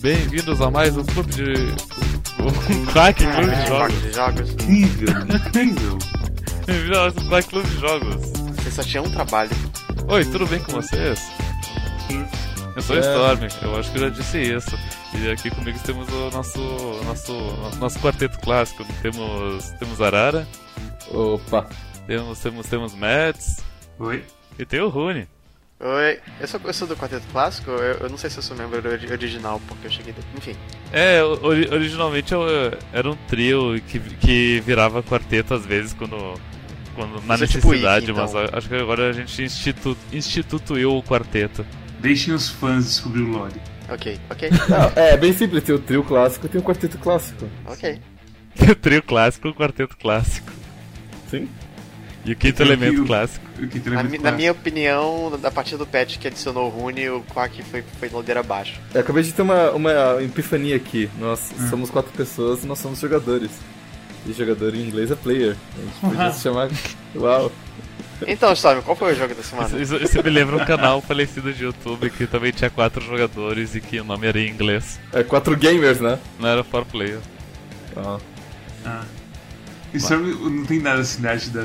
Bem-vindos a mais um clube de. Um Quack Clube de Jogos. de jogos. Incrível, incrível. Bem-vindos a mais um Quack Clube de Jogos. Você só tinha um trabalho. Oi, tudo bem com vocês? Eu sou o É. Storm, eu acho que eu já disse isso. E aqui comigo temos o nosso. nosso, nosso quarteto clássico. Temos. Temos Arara, Opa, temos, temos, temos Mads Oi? e tem o Rune. Oi, eu sou, eu sou do Quarteto Clássico? Eu, eu não sei se eu sou membro ori- original, porque eu cheguei. de- Enfim, É, ori- originalmente eu, eh, era um trio que, que virava quarteto às vezes quando, quando na Isso é tipo necessidade, Ike, então. mas a- acho que agora a gente institu, instituiu o quarteto. Deixem os fãs descobrir o lore. ok, ok, Não, é bem simples, tem o trio clássico e tem o quarteto clássico. ok. o trio clássico, o quarteto clássico Sim. e o quinto E o elemento trio. clássico. O que Na, terá mi- na minha opinião, a partir do patch que adicionou o Rune, o Quack foi, foi ladeira abaixo. Eu acabei de ter uma, uma epifania aqui. Nós Hum. somos quatro pessoas e nós somos jogadores. E jogador em inglês é player. A gente podia se chamar. Uau! Então, Storm, qual foi o jogo da Isso, semana? isso- isso me lembra um canal falecido de YouTube que também tinha quatro jogadores e que o nome era em inglês. É quatro gamers, né? Não era four player. Ó. Ah. E só me- não tem nada assim da arte da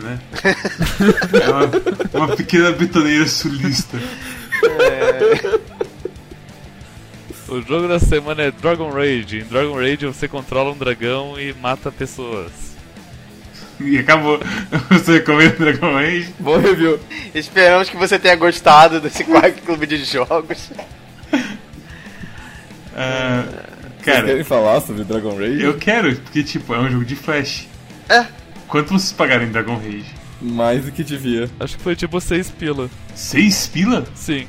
né? é uma, uma pequena betoneira sulista. É, O jogo da semana é Dragon Raid. Em Dragon Raid você controla um dragão e mata pessoas. E acabou. Você recomenda Dragon Age? Bom review. Esperamos que você tenha gostado desse Quack Clube de Jogos. Ah, Vocês cara, querem falar sobre Dragon Raid? eu quero, porque tipo, é um jogo de flash. É. Quanto vocês pagaram em Dragon Rage? Mais do que devia. Acho que foi tipo seis pila. Seis pila? Sim.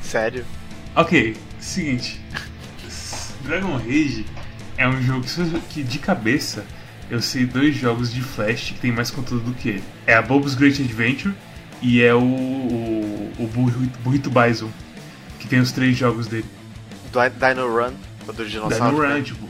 Sério? Ok, seguinte. Dragon Rage é um jogo que se eu- que de cabeça eu sei dois jogos de Flash que tem mais conteúdo do que ele. É a Bob's Great Adventure e é o, o, o Burrito, Burrito Bison, que tem os três jogos dele. Do Dino Run, ou do Da dinossauro? no né? Run, tipo,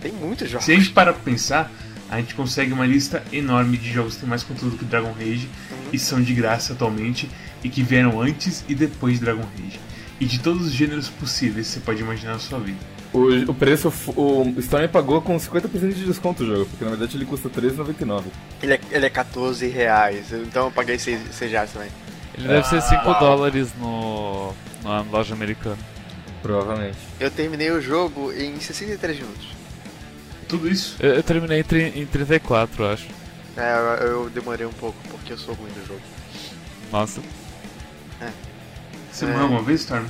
Tem muitos jogos. se a gente parar pra pensar, a gente consegue uma lista enorme de jogos que tem mais conteúdo que Dragon Rage e são de graça atualmente e que vieram antes e depois de Dragon Rage. E de todos os gêneros possíveis que você pode imaginar na sua vida. O, o preço, f- o Storm pagou com 50% de desconto o jogo, porque na verdade ele custa R$3,99. Ele é, ele é 14 reais, então eu paguei 6 reais também. Ele deve Ah, ser 5 dólares no, na loja americana. Provavelmente. Eu terminei o jogo em 63 minutos. Tudo isso Eu, eu terminei em, tri- em 34, eu acho. É, eu- eu demorei um pouco, porque eu sou ruim do jogo. Nossa. Você É. morreu uma vez, Storm?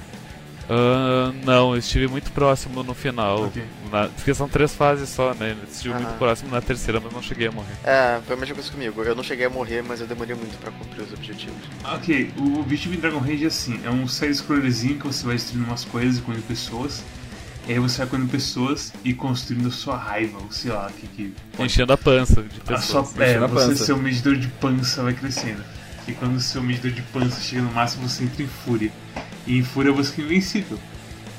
Ah, não, eu estive muito próximo no final. Ok. Na- porque são três fases só, né? Eu estive muito Ah. Aham. próximo na terceira, mas não cheguei a morrer. É, foi a mesma coisa comigo. Eu não cheguei a morrer, mas eu demorei muito pra cumprir os objetivos. Ok, o objetivo em Dragon Rage é assim: é um side-scrollerzinho que você vai destruindo umas coisas e comendo pessoas. E aí você vai comendo pessoas e construindo a sua raiva, ou sei lá, o que que. Enchendo a pança Ah, de A sua, pessoas. né? é, enchendo a você, pança. seu medidor de pança vai crescendo. E quando o seu medidor de pança chega no máximo, você entra em fúria. E em fúria é você fica invencível.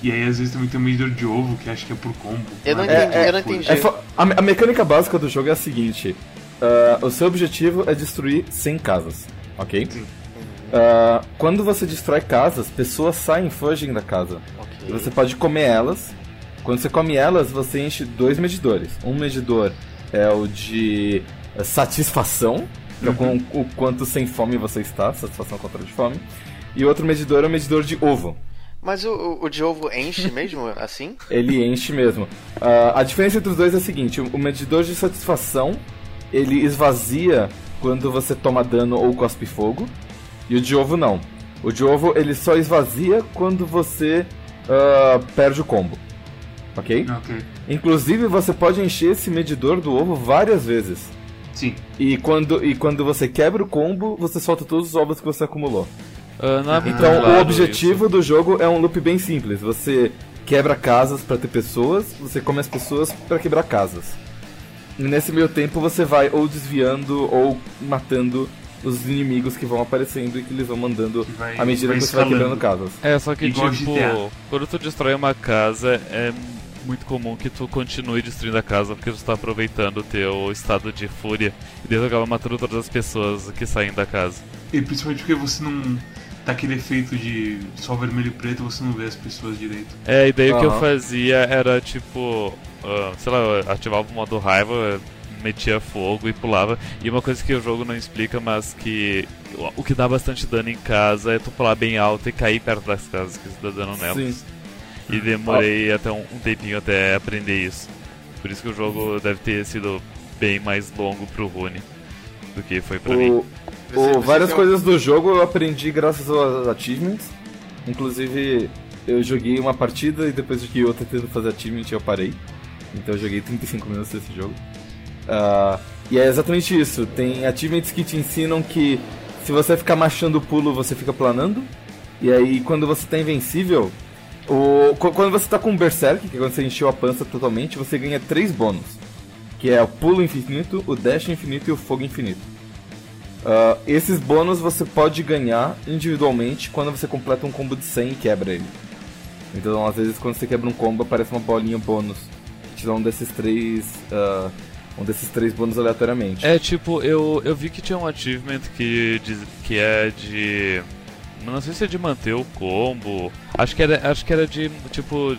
E aí às vezes também tem um medidor de ovo, que acho que é por combo. Eu não mas é entendi, por eu não fúria. entendi. É fa- a, me- a mecânica básica do jogo é a seguinte: ah, o seu objetivo é destruir 100 casas, ok? Sim. Ah, quando você destrói casas, pessoas saem e fogem da casa. Ok. E Você pode comer elas. Quando você come elas, você enche dois medidores. Um medidor é o de eh, satisfação, que é o quão- o quanto sem fome você está, satisfação contra de fome. E outro medidor é o medidor de ovo. Mas o, o, o Diogo enche mesmo, assim? Ele enche mesmo. Ah, a diferença entre os dois é a seguinte: o medidor de satisfação ele esvazia quando você toma dano ou cospe fogo, e o de ovo não. O de ovo ele só esvazia quando você ah, perde o combo. Ok? Ok, Inclusive você pode encher esse medidor do ovo várias vezes. sim. E quando, e quando você quebra o combo, você solta todos os ovos que você acumulou. Ah, não é muito Então, claro o objetivo do jogo é um loop bem simples. Você quebra casas pra ter pessoas, você come as pessoas pra quebrar casas. E nesse meio tempo você vai ou desviando ou matando os inimigos que vão aparecendo e que eles vão mandando Que vai- à medida vai que você vai escalando. quebrando casas. É, só que Igual tipo, GTA. quando tu destrói uma casa, é muito comum que tu continue destruindo a casa porque tu tá aproveitando o teu estado de fúria e daí tu acaba matando todas as pessoas que saem da casa. E principalmente porque você não. Tá aquele efeito de só vermelho e preto você não vê as pessoas direito. É, e daí o que eu Aham. fazia era tipo, ah, sei lá, eu ativava o modo raiva, metia fogo e pulava. E uma coisa que o jogo não explica, mas que o- o que dá bastante dano em casa é tu pular bem alto e cair perto das casas que tu dá dano nelas. Sim. E demorei até um, um tempinho até aprender isso. Por isso que o jogo deve ter sido bem mais longo pro Rune do que foi pra mim. O, Você- o- você várias tem um- coisas do jogo eu aprendi graças aos achievements. Inclusive, eu joguei uma partida e depois joguei outra tentando fazer achievement e eu parei. Então eu joguei 35 minutos desse jogo. Ah, e é exatamente isso. Tem achievements que te ensinam que se você ficar machando o pulo, você fica planando. E aí, quando você tá invencível, o, qu- quando você tá com o Berserk, que é quando você encheu a pança totalmente, você ganha três bônus. Que é o pulo infinito, o dash infinito e o fogo infinito. Ah, esses bônus você pode ganhar individualmente quando você completa um combo de 100 e quebra ele. Então, às vezes, quando você quebra um combo, aparece uma bolinha bônus. Que te dá um desses três. ah, um desses três bônus aleatoriamente. É, tipo, eu, eu vi que tinha um achievement que, diz, que é de. Não sei se é de manter o combo. 'Acho que era, acho que era de, tipo,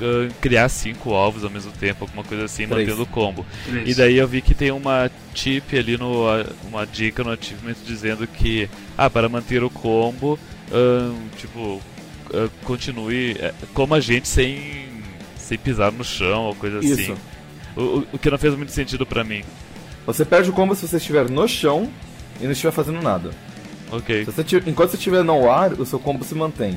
ah, criar cinco alvos ao mesmo tempo, alguma coisa assim, Três. mantendo o combo. Três. E daí eu vi que tem uma tip ali no. uma dica no achievement dizendo que. Ah, para manter o combo, ahn, tipo, ah, continue. eh, Coma a gente sem. sem pisar no chão ou coisa Isso. assim. O, o- o que não fez muito sentido pra mim. Você perde o combo se você estiver no chão e não estiver fazendo nada. Ok. Se você ti- enquanto você estiver no ar, o seu combo se mantém.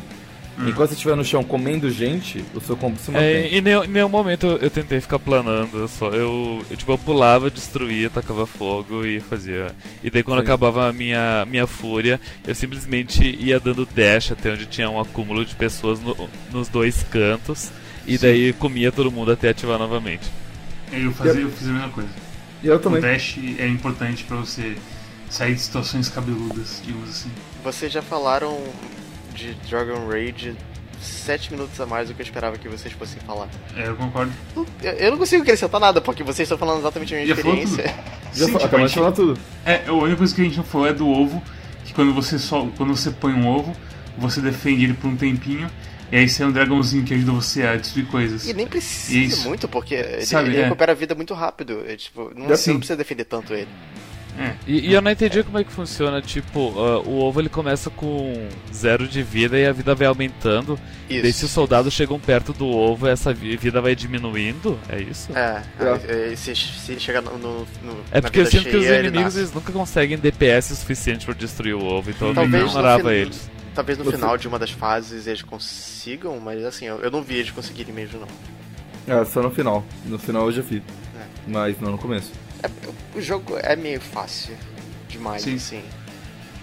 Hum. Enquanto você estiver no chão comendo gente, o seu combo se É, mantém. em, nenhum, em nenhum momento eu, eu tentei ficar planando, eu só eu, eu, tipo, eu pulava, destruía, tacava fogo e fazia. E daí quando Sim. acabava a minha, minha fúria, eu simplesmente ia dando dash até onde tinha um acúmulo de pessoas no- nos dois cantos e Sim. daí comia todo mundo até ativar novamente. Eu, fazia, eu fiz a mesma coisa. E eu O também. dash é importante pra você sair de situações cabeludas, digamos assim. Vocês já falaram de Dragon Raid sete minutos a mais do que eu esperava que vocês fossem falar. É, eu concordo. Não- eu- Eu não consigo acrescentar nada, porque vocês estão falando exatamente a minha Já falou tudo. experiência. Já Sim, fa- tipo, a acabamos de gente- falar tudo. É, a única coisa que a gente não falou é do ovo, que quando você só, quando você põe um ovo, você defende ele por um tempinho, e aí sai um dragãozinho que ajuda você a destruir coisas. E nem precisa Isso. muito, porque ele, Sabe, ele é. recupera a vida muito rápido. É, tipo, não, Assim. não precisa defender tanto ele. E, e eu não entendi como é que funciona, tipo, ah, o ovo ele começa com zero de vida e a vida vai aumentando. E daí se os Isso. soldados chegam perto do ovo, essa vi- vida vai diminuindo, é isso? É, é, é, se, se chegar no, no- no- É na porque eu vida sinto que os cheia, ele inimigos nasce. eles nunca conseguem DPS o suficiente pra destruir o ovo, então eu Talvez não no ignorava final- eles. Talvez no Você- final de uma das fases eles consigam, mas assim, eu, eu não vi eles conseguirem mesmo, não. É, só no final. No final eu já fiz. Mas não no começo. O jogo é meio fácil demais, Sim. assim.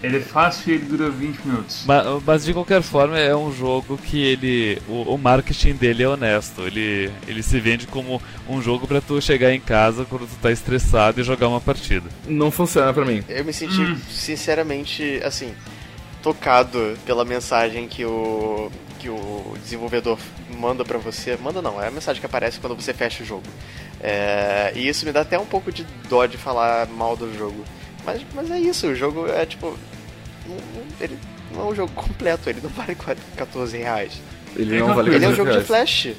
Ele é fácil e ele dura 20 minutos. Ma- Mas, de qualquer forma é um jogo que ele. O, o marketing dele é honesto. Ele, ele se vende como um jogo pra tu chegar em casa quando tu tá estressado e jogar uma partida. Não funciona pra mim. Eu me senti, Hum. sinceramente, assim, tocado pela mensagem que o que o desenvolvedor manda pra você. Manda não, é a mensagem que aparece quando você fecha o jogo. É, e isso me dá até um pouco de dó de falar mal do jogo. Mas, mas é isso, o jogo é tipo. não- não- ele não é um jogo completo, ele não vale 14 reais. Ele É não uma vale Ele coisa- é um 14 jogo de reais. flash.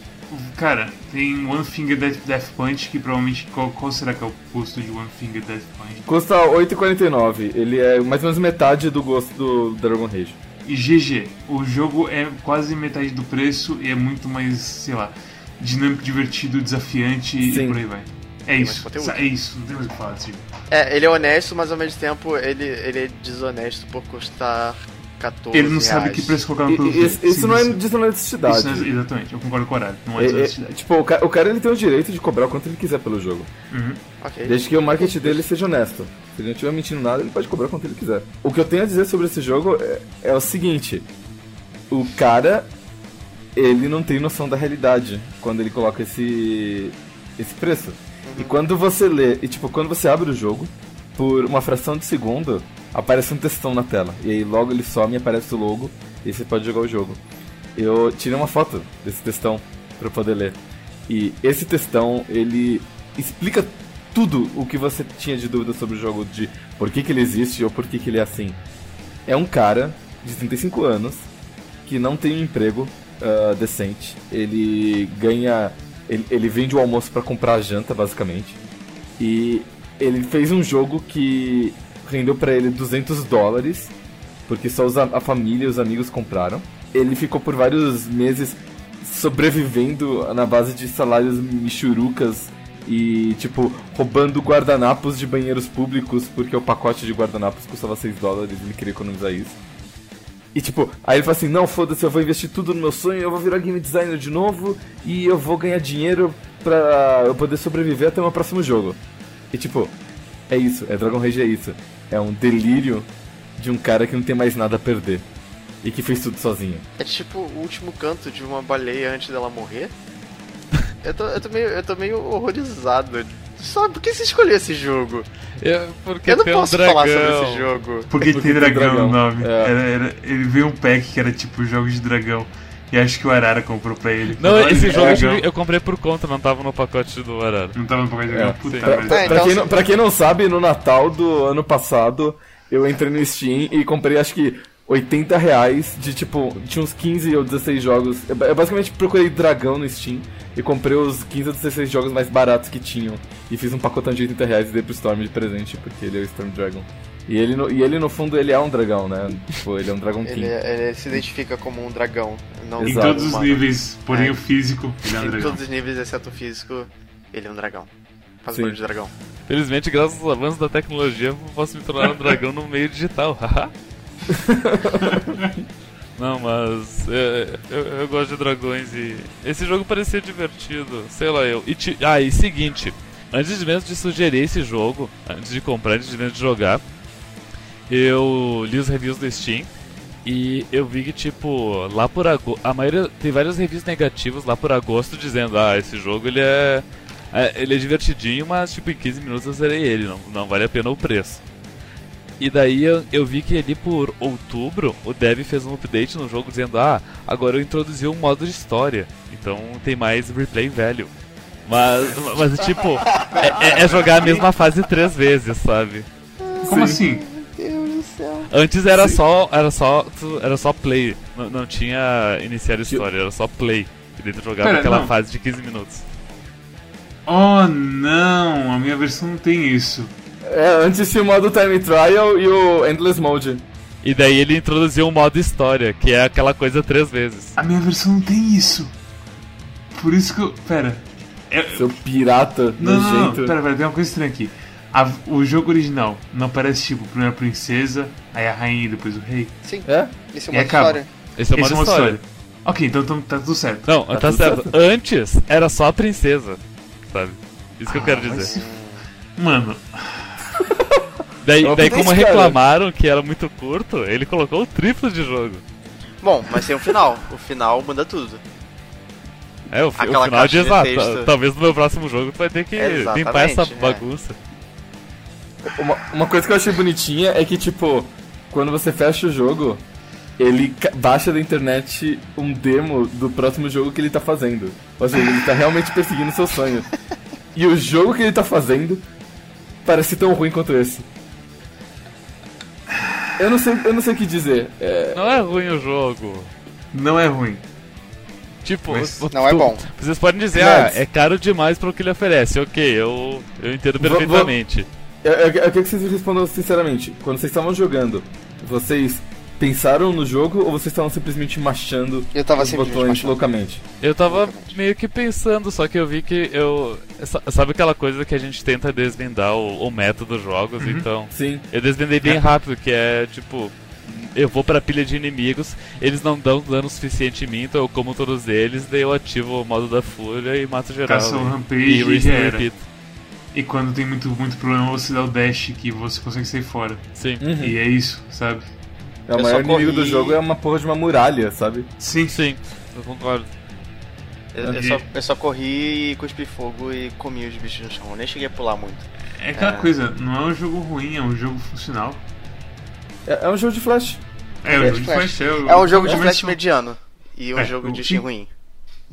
Cara, tem One Finger Death, Death Punch, que provavelmente qual, qual será que é o custo de One Finger Death Punch? Custa 8,49. Ele é mais ou menos metade do gosto do Dragon Rage. E GG, o jogo é quase metade do preço e é muito mais, sei lá, dinâmico, divertido, desafiante e Sim. por aí vai. É mais isso, conteúdo. é isso, não tem mais o que falar desse jogo. É, ele é honesto, mas ao mesmo tempo ele, ele é desonesto por custar 14 Ele não sabe reais. que preço colocar E- no produto. e- Isso, isso Sim, não é sim. Isso desonestidade. não é- exatamente, eu concordo com o horário, não é É- é- desonestidade. tipo, o cara, o cara ele tem o direito de cobrar o quanto ele quiser pelo jogo. Uhum. Ok. Desde que o marketing dele seja honesto. Se ele não estiver mentindo nada, ele pode cobrar quanto ele quiser. O que eu tenho a dizer sobre esse jogo é, é o seguinte: o cara, ele não tem noção da realidade quando ele coloca esse esse preço. E quando você lê, e tipo, quando você abre o jogo, por uma fração de segundo, aparece um textão na tela. E aí logo ele some e aparece o logo, e aí você pode jogar o jogo. Eu tirei uma foto desse textão pra eu poder ler. E esse textão, ele explica tudo o que você tinha de dúvida sobre o jogo, de por que, que ele existe ou por que, que ele é assim. É um cara de 35 anos que não tem um emprego ah, decente. Ele ganha. Ele, ele vende o almoço pra comprar a janta, basicamente. E ele fez um jogo que rendeu pra ele 200 dólares, porque só os a, a família e os amigos compraram. Ele ficou por vários meses sobrevivendo na base de salários michurucas e, tipo, roubando guardanapos de banheiros públicos, porque o pacote de guardanapos custava 6 dólares e ele queria economizar isso. E tipo, aí ele fala assim, não, foda-se, eu vou investir tudo no meu sonho, eu vou virar game designer de novo e eu vou ganhar dinheiro pra eu poder sobreviver até o meu próximo jogo. E tipo, é isso, é Dragon Rage é isso. É um delírio de um cara que não tem mais nada a perder. E que fez tudo sozinho. É tipo o último canto de uma baleia antes dela morrer. Eu tô, eu tô, meio, eu tô meio horrorizado. Só por que você escolheu esse jogo? Eu, porque eu não tem um posso dragão. falar sobre esse jogo. Porque, Porque tem tem dragão, dragão. no nome. É. Era- era- ele veio um pack que era tipo jogos de dragão. E acho que o Arara comprou pra ele. Não, é um Olha, esse jogo eu dragão. tive- eu comprei por conta, não tava no pacote do Arara. Não tava no pacote de dragão. É, Puta, sim. Pra, merda. pra- É, pra então quem, se- não- pra quem não sabe, no Natal do ano passado, eu entrei no Steam e comprei acho que 80 reais de tipo, tinha uns 15 ou 16 jogos. Eu, ba- eu basicamente procurei dragão no Steam e comprei os 15 ou 16 jogos mais baratos que tinham. E fiz um pacotão de 80 reais e dei pro Storm de presente, porque ele é o Storm Dragon. E ele, no, e ele no fundo, ele é um dragão, né? Tipo, ele é um Dragon King. Ele, ele se identifica como um dragão. Não Em Exato. todos os humano. níveis, porém É. o físico, ele é um Em dragão. todos os níveis, exceto o físico, ele é um dragão. Faz Sim. barulho de dragão. Felizmente, graças aos avanços da tecnologia, eu posso me tornar um dragão no meio digital. haha. Não, mas é, eu, eu gosto de dragões e esse jogo parecia divertido, sei lá eu. E ti- ah, e seguinte, antes de mesmo de sugerir esse jogo, antes de comprar, antes de mesmo de jogar, eu li os reviews do Steam e eu vi que tipo lá por agosto, a maioria tem vários reviews negativos lá por agosto dizendo ah esse jogo ele é é, ele é divertidinho, mas tipo, em 15 minutos eu zerei ele, não, não vale a pena o preço. E daí eu, eu vi que ali por outubro o dev fez um update no jogo dizendo: Ah, agora eu introduzi um modo de história, então tem mais replay value. Mas, mas tipo, é, é- é jogar a mesma fase três vezes, sabe? Como assim? Antes era só era só tu- era só play, não, não tinha iniciar a história, era só play. E daí tu jogava Pera, aquela não. fase de 15 minutos. Oh não, a minha versão não tem isso. É, antes tinha o modo Time Trial e o Endless Mode. E daí ele introduziu um modo história, que é aquela coisa três vezes. A minha versão não tem isso. Por isso que eu. Pera. É- Seu pirata Não, não, não, nojento. pera, pera, tem uma coisa estranha aqui. A- o jogo original não aparece tipo primeiro a princesa, aí a rainha e depois o rei. Sim, É? isso é E uma acaba. história. Esse é o modo Esse é uma história. história. Ok, então tam- tá tudo certo. Não, tá, Tá tudo certo. Antes era só a princesa, sabe? Isso que eu Ah, quero mas dizer. se- Mano, Daí, Não daí tem como isso, cara. reclamaram que era muito curto, ele colocou o triplo de jogo. Bom, mas tem o final. O final manda tudo. É, o, fi- o Aquela final caixa diz, de ah, texto. ta- talvez no meu próximo jogo tu vai ter que Exatamente, limpar essa é. bagunça. Uma, uma coisa que eu achei bonitinha é que, tipo, quando você fecha o jogo, ele ca- baixa da internet um demo do próximo jogo que ele tá fazendo. Ou seja, ele tá realmente perseguindo seu sonho. E o jogo que ele tá fazendo parece tão ruim quanto esse. Eu não sei, eu não sei o que dizer. É, Não é ruim o jogo. não é ruim. Tipo, Mas tu- Não é bom. Vocês podem dizer, Mas- ah, é caro demais pro que ele oferece. Ok, eu, eu entendo Vou- vou- perfeitamente. eu, eu- eu quero é, que vocês respondam sinceramente. Quando vocês estavam jogando, vocês pensaram no jogo ou vocês estavam simplesmente machando Eu tava os simplesmente botões machando. loucamente? Eu tava meio que pensando, só que eu vi que eu. sa- Sabe aquela coisa que a gente tenta desvendar o, o meta dos jogos? Então. Sim. Eu desvendei bem rápido, que é tipo. Eu vou pra pilha de inimigos, eles não dão dano suficiente em mim, então eu como todos eles, daí eu ativo o modo da fúria e mato geral. Caça o E- Rampage e e rinse já and era. repeat. E quando tem muito, muito problema, você dá o dash que você consegue sair fora. Sim. Uhum. E é isso, sabe? É, o Eu maior só corri- inimigo do jogo é uma porra de uma muralha, sabe? Sim. Sim, eu concordo. Eu, eu Ok. só, eu só corri e cuspi fogo e comi os bichos no chão. Eu nem cheguei a pular muito. É aquela É. coisa, não é um jogo ruim, é um jogo funcional. É, é um jogo de flash. É, um É, jogo de Flash. flash. É, o- É um jogo de mas flash não- mediano. E um É, jogo o de que- Steam ruim.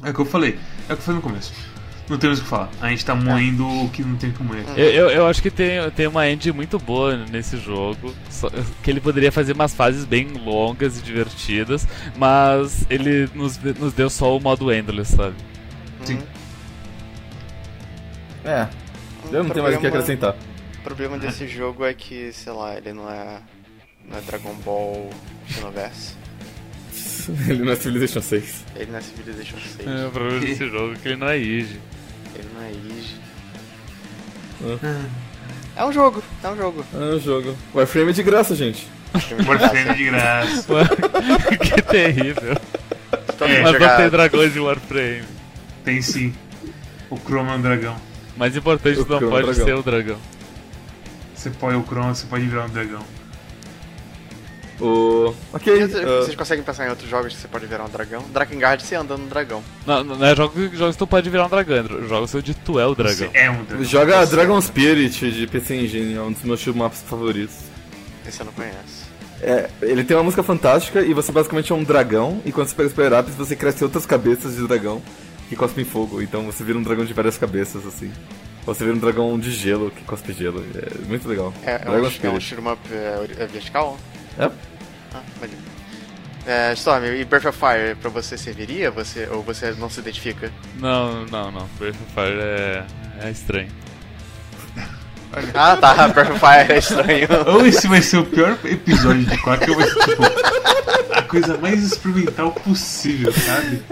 É o que eu falei, é o que eu falei no começo. Não temos o que falar. A gente tá moendo É. o que não tem que moer. Eu, eu, eu acho que tem, tem uma end muito boa nesse jogo. só- que ele poderia fazer umas fases bem longas e divertidas, mas ele nos, nos deu só o modo endless, sabe? Sim. Hum. É, eu não tenho mais o que acrescentar. O problema desse jogo é que, sei lá, ele não é. Não é Dragon Ball Xenoverse. Ele não é Civilization 6. Ele não é Civilization 6. É, o problema desse jogo é que ele não é Ige. Ele não é Ige. Ah. É um jogo, é um jogo. É um jogo. Warframe é de graça, gente. Warframe É. de graça. que terrível. Todo É, Mas não tem mundo jogar dragões em Warframe. Tem sim. O Chrome é um dragão. Mais importante O não Chrome pode Dragão. ser o dragão. Você põe o Chrome, você pode virar um dragão. O. Ok. ah, Vocês conseguem pensar em outros jogos que você pode virar um dragão? Drakengard você anda no dragão. Não, não é jogo, jogos que tu pode virar um dragão, é jogos onde tu é o dragão. Você é um dragão. joga Dragon Spirit de PC Engine, é um dos meus mapas favoritos. Esse eu não conheço. É, ele tem uma música fantástica e você basicamente é um dragão, e quando você pega os power-ups você cresce outras cabeças de dragão que cospem fogo, então você vira um dragão de várias cabeças, assim. Ou Você vira um dragão de gelo que cospe gelo, é muito legal. É, é Dragon um, é um Spirit. shoot 'em up é, ori- é vertical? É. Ah, valeu. É, Storm, e Breath of Fire pra você serviria? Você, ou você não se identifica? Não, não, não. Breath of Fire é, é estranho. Ah tá, Breath of Fire é estranho. Ou esse vai ser o pior episódio de Quack, que vai ser tipo a coisa mais experimental possível, sabe?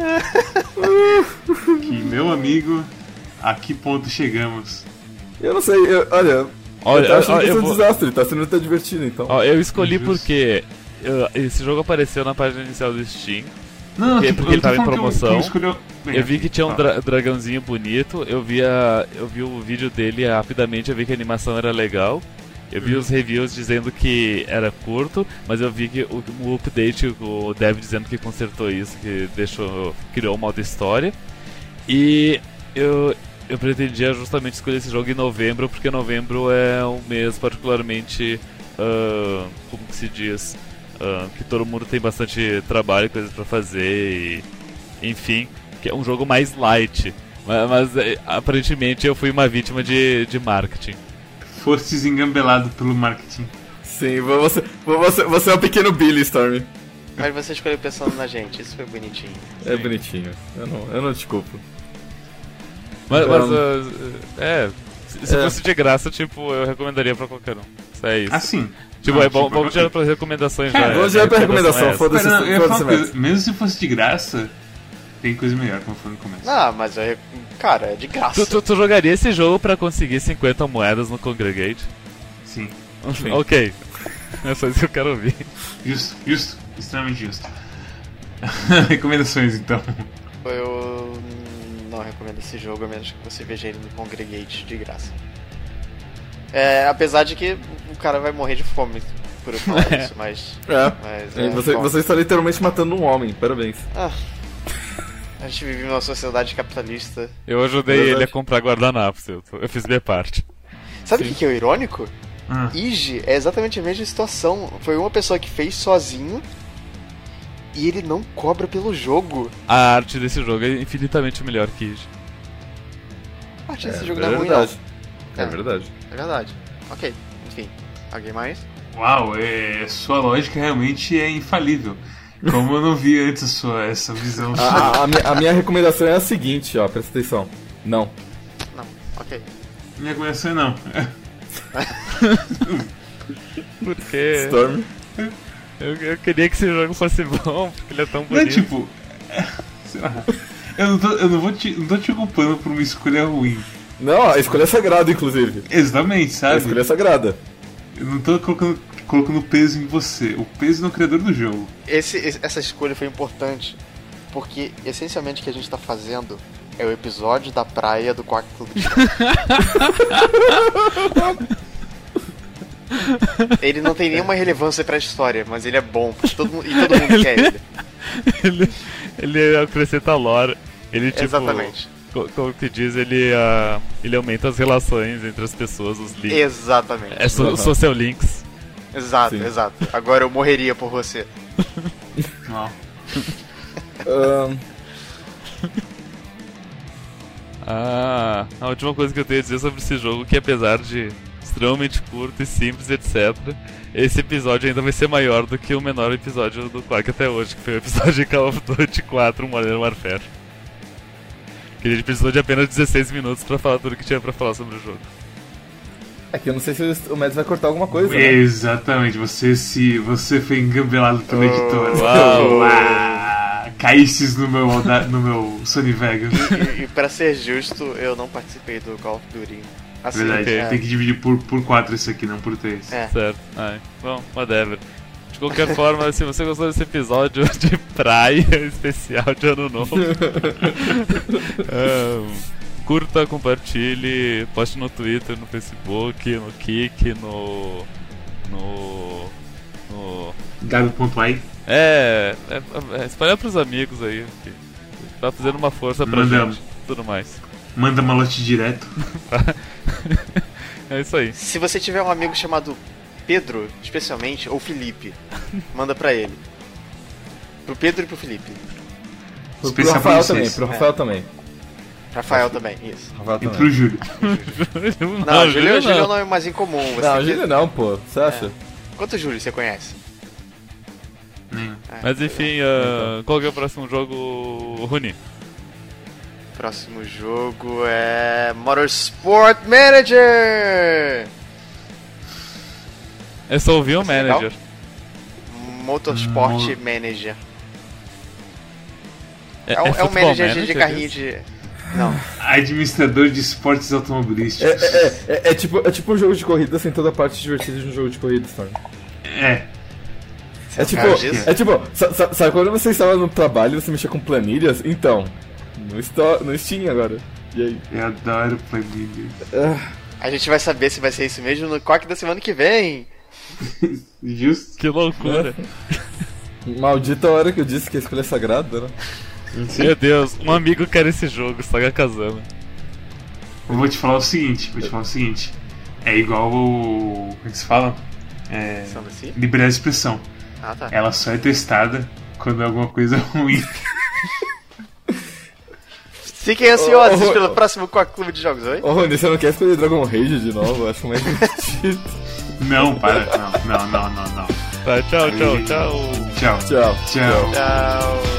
Que meu amigo, a que ponto chegamos? Eu não sei, eu- olha, eu Olha, tô achando olha, que isso é eu um vou- desastre, tá sendo tão divertido, então. Ó, eu escolhi Injusto. porque uh, esse jogo apareceu na página inicial do Steam. Não, Porque- tipo, porque eu tô ele tava em falando que eu- que promoção. eu escolhi- Bem, Eu vi que tinha um tá. dra- dragãozinho bonito, eu vi, a- eu vi o vídeo dele rapidamente, eu vi que a animação era legal. Eu vi os reviews dizendo que era curto, mas eu vi que o, o update, o dev dizendo que consertou isso, que deixou, criou o modo história. E eu, eu pretendia justamente escolher esse jogo em novembro, porque novembro é um mês particularmente. ah, como que se diz? Ah, que todo mundo tem bastante trabalho, coisas pra fazer e. Enfim, que é um jogo mais light. Ma- Mas, eh, aparentemente eu fui uma vítima de, de marketing. Fostes engambelado pelo marketing. Sim, você, você, você é o pequeno Billy Storm. Mas você escolheu pensando na gente, isso foi bonitinho. É bonitinho. Eu não, eu não te culpo. Mas, mas, Então- ah, é. Se se É. fosse de graça, tipo, eu recomendaria pra qualquer um. Isso é isso. Assim. tipo, não, é bom, vamos eu- tirar pras recomendações É, já. vamos tirar pra a recomendação, é essa. foda-se. Pera, não, eu ia foda-se falar uma mais. coisa, mesmo se fosse de graça, tem coisa melhor, como eu falei no começo. Ah, mas é. Cara, é de graça. Tu, tu, tu jogaria esse jogo pra conseguir 50 moedas no Congregate? Sim. Sim. Ok. É só isso que eu quero ouvir. Justo, justo. Extremamente justo. Recomendações, então. Eu não recomendo esse jogo, a menos que você veja ele no Congregate de graça. É, apesar de que o cara vai morrer de fome por eu falar isso, mas. É. mas É, você, bom. você está literalmente matando um homem, parabéns. Ah, a gente vive numa sociedade capitalista. Eu ajudei Verdade. ele a comprar guardanapos, eu, eu fiz minha parte. Sabe o que, que é o irônico? Ah. Ige é exatamente a mesma situação. Foi uma pessoa que fez sozinho e ele não cobra pelo jogo. A arte desse jogo é infinitamente melhor que isso. A parte desse é, jogo não é ruim, não. verdade. É, É. verdade. É verdade. Ok, enfim. Alguém mais? Uau, é, sua lógica realmente é infalível. Como eu não vi antes a sua, essa visão A, Ah. sua. a- a minha, a minha recomendação é a seguinte, ó, presta atenção. Não. Não, ok. Minha recomendação é não. Porque Storm. eu, eu queria que esse jogo fosse bom, porque ele é tão Não é bonito. tipo. Sei lá. Eu não, tô, eu não vou te, não tô te culpando por uma escolha ruim. Não, a escolha é sagrada, inclusive. Exatamente, A sabe? escolha é sagrada. Eu não tô colocando, colocando peso em você. O peso no criador do jogo. Esse, esse- essa escolha foi importante porque essencialmente o que a gente tá fazendo é o episódio da praia do Quark Clube de Jogos. Ele não tem nenhuma relevância pra história, mas ele é bom porque todo mundo, e todo mundo quer ele. ele, ele acrescenta lore. Ele, tipo, Exatamente. co- Como que diz, ele, ah, ele aumenta as relações entre as pessoas, os links. Exatamente. É so, Aham. social links. Exato, Sim. exato. Agora eu morreria por você. Não. Ahn, Ah, a última coisa que eu tenho a dizer sobre esse jogo, que apesar de extremamente curto e simples, etc., esse episódio ainda vai ser maior do que o menor episódio do Quack até hoje, que foi o episódio de Call of Duty 4 Modern Warfare. Que a gente precisou de apenas 16 minutos pra falar tudo que tinha pra falar sobre o jogo. É que eu não sei se o- o Mads vai cortar alguma coisa, É, né? Exatamente, você se você foi engambelado pelo editor. uau. Uau. Caístes no meu, alda- no meu Sony Vegas. E, e pra ser justo, eu não participei do Call of Duty. Assim, Verdade, é, tem que dividir por, por 4 isso aqui, não por 3. É. Certo. Ai, bom, whatever. De qualquer forma, se você gostou desse episódio de praia especial de ano novo, ahn, curta, compartilhe, poste no Twitter, no Facebook, no Kik, no. no. no. Gabi.ai, É, é, é espalhar pros amigos aí. que Tá fazendo uma força pra Mandamos. gente. Tudo mais. manda malote direto. É isso aí. Se você tiver um amigo chamado Pedro, especialmente, ou Felipe, manda pra ele. Pro Pedro e pro Felipe. Pro, pro Especial Rafael pra vocês. também, pro Rafael também. Rafael também, isso. Rafael E também. pro Júlio. Não, Júlio, Júlio é o nome mais incomum. Você Não, tem que- Júlio não, pô. Você acha? Quantos Júlio você conhece? Nenhum. Ah, Mas enfim, ahn, qual que é o próximo jogo, Runi? Próximo jogo é. Motorsport Manager! Eu só ouvi o Achei é legal. manager. Motorsport Mo- Manager. É, um- é um futebol manager, de- de carrinho isso? de. Não. Administrador de esportes É, automobilísticos. é, é, é- é tipo, é tipo um jogo de corrida sem toda a parte divertida de um jogo de corrida, Storm. É, É tipo, sabe disso? é tipo, sa- sa- sabe quando você estava no trabalho e você mexia com planilhas? Então, no, Sto- no Steam agora. E aí? eu adoro planilha. Ah, A gente vai saber se vai ser isso mesmo no coque da semana que vem. Justo? Que loucura. maldita hora que eu disse que a escolha é sagrada, né? Meu Deus, um amigo quer esse jogo, Saga Kazama. Eu vou te falar o seguinte, vou te falar o seguinte. É igual o. Como é que se fala? É. Pensando assim? Liberdade de expressão. Ah, tá. Ela só é testada quando é alguma coisa ruim. Fiquem ansiosos Ô, ô, pelo ô. próximo Coque Clube de Jogos, oi? Ô, Rony, você não quer escolher Dragon Rage de novo? Eu acho mais divertido. Não, para. Não, não, não, não, não. Tá, tchau, tchau, tchau. Tchau. Tchau. Tchau. Tchau.